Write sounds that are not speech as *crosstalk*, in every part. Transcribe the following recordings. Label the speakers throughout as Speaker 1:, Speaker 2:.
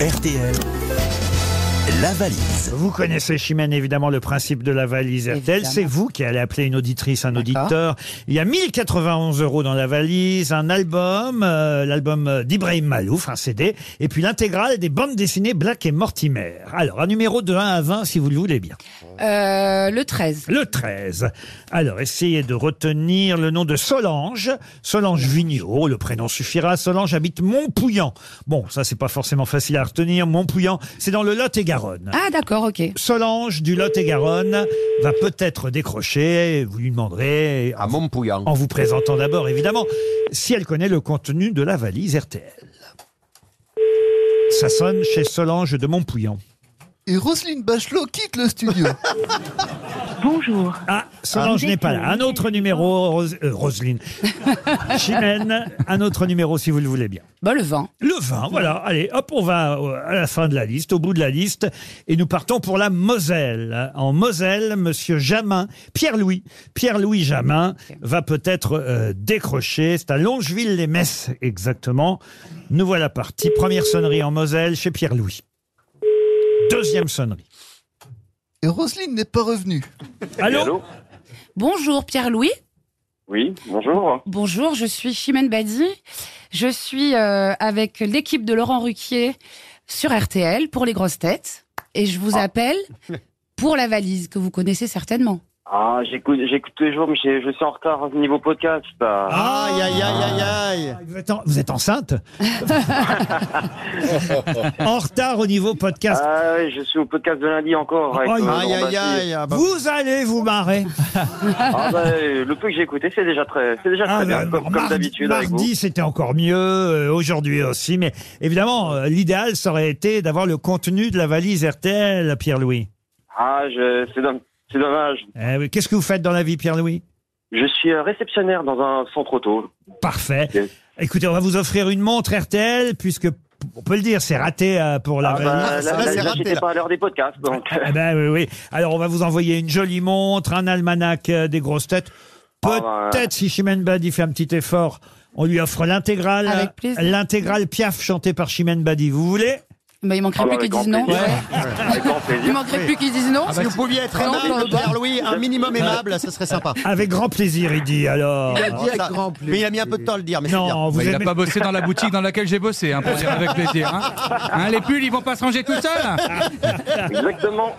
Speaker 1: RTL, la valise.
Speaker 2: Vous connaissez, Chimène, évidemment, le principe de la valise RTL.
Speaker 3: Évidemment.
Speaker 2: C'est vous qui allez appeler une auditrice, un
Speaker 3: D'accord.
Speaker 2: auditeur. Il y a 1091 euros dans la valise, un album, euh, l'album d'Ibrahim Malouf, un CD, et puis l'intégrale des bandes dessinées Black et Mortimer. Alors, un numéro de 1 à 20, si vous le voulez bien.
Speaker 3: Euh, le 13.
Speaker 2: Le 13. Alors, essayez de retenir le nom de Solange. Solange Vigneault, le prénom suffira. Solange habite Montpouillan. Bon, ça, c'est pas forcément facile à retenir. Montpouillan, c'est dans le Lot-et-Garonne.
Speaker 3: Ah d'accord, ok.
Speaker 2: Solange du Lot-et-Garonne va peut-être décrocher. Vous lui demanderez,
Speaker 4: à Montpouillan.
Speaker 2: en vous présentant d'abord évidemment, si elle connaît le contenu de la valise RTL. Ça sonne chez Solange de Montpouillan.
Speaker 5: Et Roselyne Bachelot quitte le studio.
Speaker 6: Bonjour.
Speaker 2: Ah, Solange
Speaker 6: Ah.
Speaker 2: n'est pas là. Un autre numéro, Rose- euh, Roselyne. Chimène, un autre numéro si vous le voulez bien.
Speaker 3: Bah le 20.
Speaker 2: Le 20, voilà. Allez, hop, on va euh, à la fin de la liste, au bout de la liste, et nous partons pour la Moselle. En Moselle, Monsieur Jamin, Pierre-Louis, Pierre-Louis Jamin va peut-être euh, décrocher. C'est à Longeville-les-Messes, exactement. Nous voilà partis. Première sonnerie en Moselle chez Pierre-Louis. Deuxième sonnerie.
Speaker 5: Et Roselyne n'est pas revenue.
Speaker 2: Allô,
Speaker 7: Allô
Speaker 3: Bonjour Pierre-Louis.
Speaker 7: Oui, bonjour.
Speaker 3: Bonjour, je suis Chimène Badi. Je suis euh, avec l'équipe de Laurent Ruquier sur RTL pour les grosses têtes et je vous appelle pour la valise que vous connaissez certainement.
Speaker 7: Ah, j'écoute, j'écoute tous les jours, mais je, je suis en retard niveau podcast. Ah,
Speaker 5: Aïe, aïe, aïe, aïe, aïe.
Speaker 2: Ah, vous êtes, en- vous
Speaker 5: *laughs*
Speaker 2: êtes enceinte En retard au niveau podcast.
Speaker 5: Ah,
Speaker 7: oui, Ah, je suis au podcast de lundi encore. avec,
Speaker 2: Aïe,
Speaker 7: euh,
Speaker 5: Aïe,
Speaker 7: Laurent
Speaker 5: aïe, aïe. ah bah.
Speaker 2: Vous allez vous marrer.
Speaker 7: Ah bah, euh, le peu que j'ai écouté, c'est déjà très, c'est déjà très
Speaker 2: Ah,
Speaker 7: bien,
Speaker 2: bah,
Speaker 7: comme, comme
Speaker 2: mardi-
Speaker 7: d'habitude avec vous.
Speaker 2: Mardi, c'était encore mieux, euh, aujourd'hui aussi. Mais évidemment, euh, l'idéal, ça aurait été d'avoir le contenu de la valise RTL, Pierre-Louis.
Speaker 7: Ah, je, c'est, domm- c'est dommage.
Speaker 2: Eh oui, Qu'est-ce que vous faites dans la vie, Pierre-Louis
Speaker 7: Je suis euh, réceptionnaire dans un centre auto.
Speaker 2: Parfait.
Speaker 7: Yes.
Speaker 2: Écoutez, on va vous offrir une montre RTL, puisque, on peut le dire, c'est raté euh, pour la
Speaker 7: Ah,
Speaker 2: valise.
Speaker 7: bah, là,
Speaker 5: ça, là,
Speaker 7: là,
Speaker 5: c'est
Speaker 7: là,
Speaker 5: raté,
Speaker 7: j'étais
Speaker 5: là.
Speaker 7: pas à l'heure des podcasts, donc.
Speaker 2: Eh ben oui, oui. Alors, on va vous envoyer une jolie montre, un almanach euh, des grosses têtes.
Speaker 7: Ah,
Speaker 2: Peut-être,
Speaker 7: bah,
Speaker 2: si Chimène Badi fait un petit effort, on lui offre l'intégrale,
Speaker 3: Avec plaisir.
Speaker 2: l'intégrale Piaf chantée par Chimène Badi. Vous voulez
Speaker 3: Bah, il manquerait
Speaker 7: Ah,
Speaker 3: plus
Speaker 7: bah,
Speaker 3: qu'ils
Speaker 7: avec
Speaker 3: disent non.
Speaker 7: grand plaisir.
Speaker 3: Ouais.
Speaker 7: Avec grand
Speaker 3: Il
Speaker 7: plaisir.
Speaker 3: manquerait plus qu'ils disent non.
Speaker 5: Ah bah, si vous pouviez être
Speaker 3: Non, non,
Speaker 5: aimable,
Speaker 3: non.
Speaker 5: Pierre-Louis, un minimum aimable, ça serait sympa.
Speaker 2: Avec grand plaisir, il dit alors.
Speaker 5: Ça- Mais il a mis un peu de temps à le dire, mais c'est bien.
Speaker 2: Non, vous
Speaker 8: Ouais, il n'a
Speaker 2: aimez-
Speaker 8: pas bossé dans la boutique dans laquelle j'ai bossé, hein, pour dire avec plaisir. Hein. Hein, les pulls, ils vont pas se ranger tout seuls
Speaker 7: Exactement.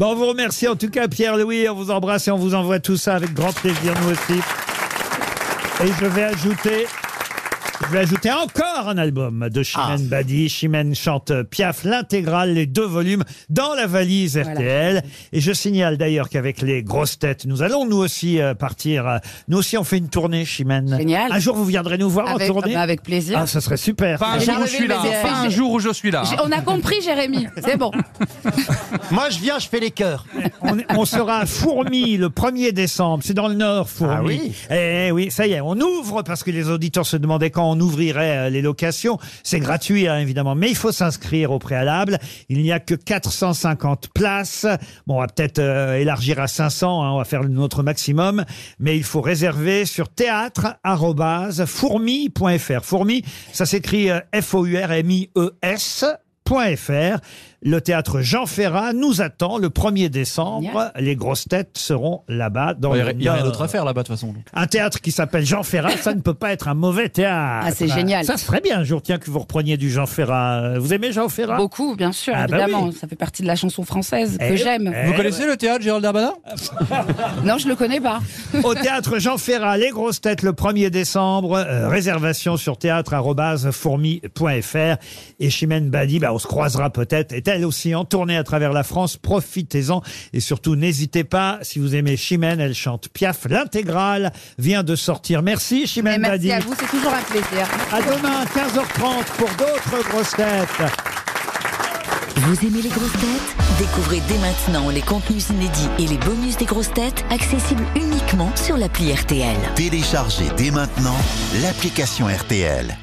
Speaker 2: Bon, on vous remercie en tout cas, Pierre-Louis. On vous embrasse et on vous envoie tout ça avec grand plaisir, nous aussi. Et je vais ajouter. Je vais ajouter encore un album de Chimène Badi. Chimène chante Piaf, l'intégrale, les deux volumes, dans la valise
Speaker 3: Voilà.
Speaker 2: RTL. Et je signale d'ailleurs qu'avec les grosses têtes, nous allons nous aussi euh, partir. euh, Nous aussi, on fait une tournée, Chimène.
Speaker 3: Génial.
Speaker 2: Un jour, vous viendrez nous voir
Speaker 3: Avec,
Speaker 2: en tournée.
Speaker 3: bah, avec plaisir.
Speaker 2: Ah, ça serait super.
Speaker 8: Pas un
Speaker 3: J'ai
Speaker 8: jour où
Speaker 3: relevé
Speaker 8: je suis là.
Speaker 3: mes
Speaker 8: hein. Pas
Speaker 3: effets.
Speaker 8: un jour où je suis là.
Speaker 3: J'ai- On a compris Jérémy, c'est bon.
Speaker 5: Moi, je viens, je fais les cœurs.
Speaker 2: On, on sera à Fourmi le 1er décembre. C'est dans le Nord, Fourmi.
Speaker 5: Ah oui
Speaker 2: Eh oui, ça y est, on ouvre parce que les auditeurs se demandaient quand on ouvrirait euh, les locations. C'est gratuit, hein, évidemment, mais il faut s'inscrire au préalable. Il n'y a que 450 places. Bon, on va peut-être euh, élargir à 500, hein, on va faire notre maximum, mais il faut réserver sur théâtre-fourmi.fr. Fourmi, ça s'écrit euh, E F-O-U-R-M-I-E-S. .fr. Le théâtre Jean Ferrat nous attend le 1er décembre. Les grosses têtes seront là-bas. dans le Nord.
Speaker 8: faire là-bas de toute façon.
Speaker 2: Un théâtre qui s'appelle Jean Ferrat, ça ne peut pas être un mauvais théâtre.
Speaker 3: Ah, c'est génial.
Speaker 2: Ça serait bien un jour, tiens, que vous repreniez du Jean Ferrat. Vous aimez Jean Ferrat
Speaker 3: Beaucoup, bien sûr,
Speaker 2: Ah bah
Speaker 3: évidemment.
Speaker 2: oui.
Speaker 3: Ça fait partie de la chanson française que
Speaker 2: Eh,
Speaker 3: j'aime.
Speaker 2: eh,
Speaker 8: le théâtre Gérald Darmanin
Speaker 3: Non, je le connais pas.
Speaker 2: *laughs* Au théâtre Jean Ferrat, les grosses têtes le 1er décembre. Euh, réservation sur théâtre-fourmi.fr. Et Chimène Badi, bah, on se croisera peut-être. Est elle aussi en tournée à travers la France. Profitez-en. Et surtout, n'hésitez pas, si vous aimez Chimène, elle chante Piaf. L'intégrale vient de sortir. Merci
Speaker 3: Mais
Speaker 2: Chimène
Speaker 3: merci
Speaker 2: Badi.
Speaker 3: à vous, c'est toujours un plaisir.
Speaker 2: À demain, 15h30 pour d'autres grosses têtes.
Speaker 9: Vous aimez les grosses têtes Découvrez dès maintenant les contenus inédits et les bonus des grosses têtes accessibles uniquement sur l'appli RTL.
Speaker 1: Téléchargez dès maintenant l'application RTL.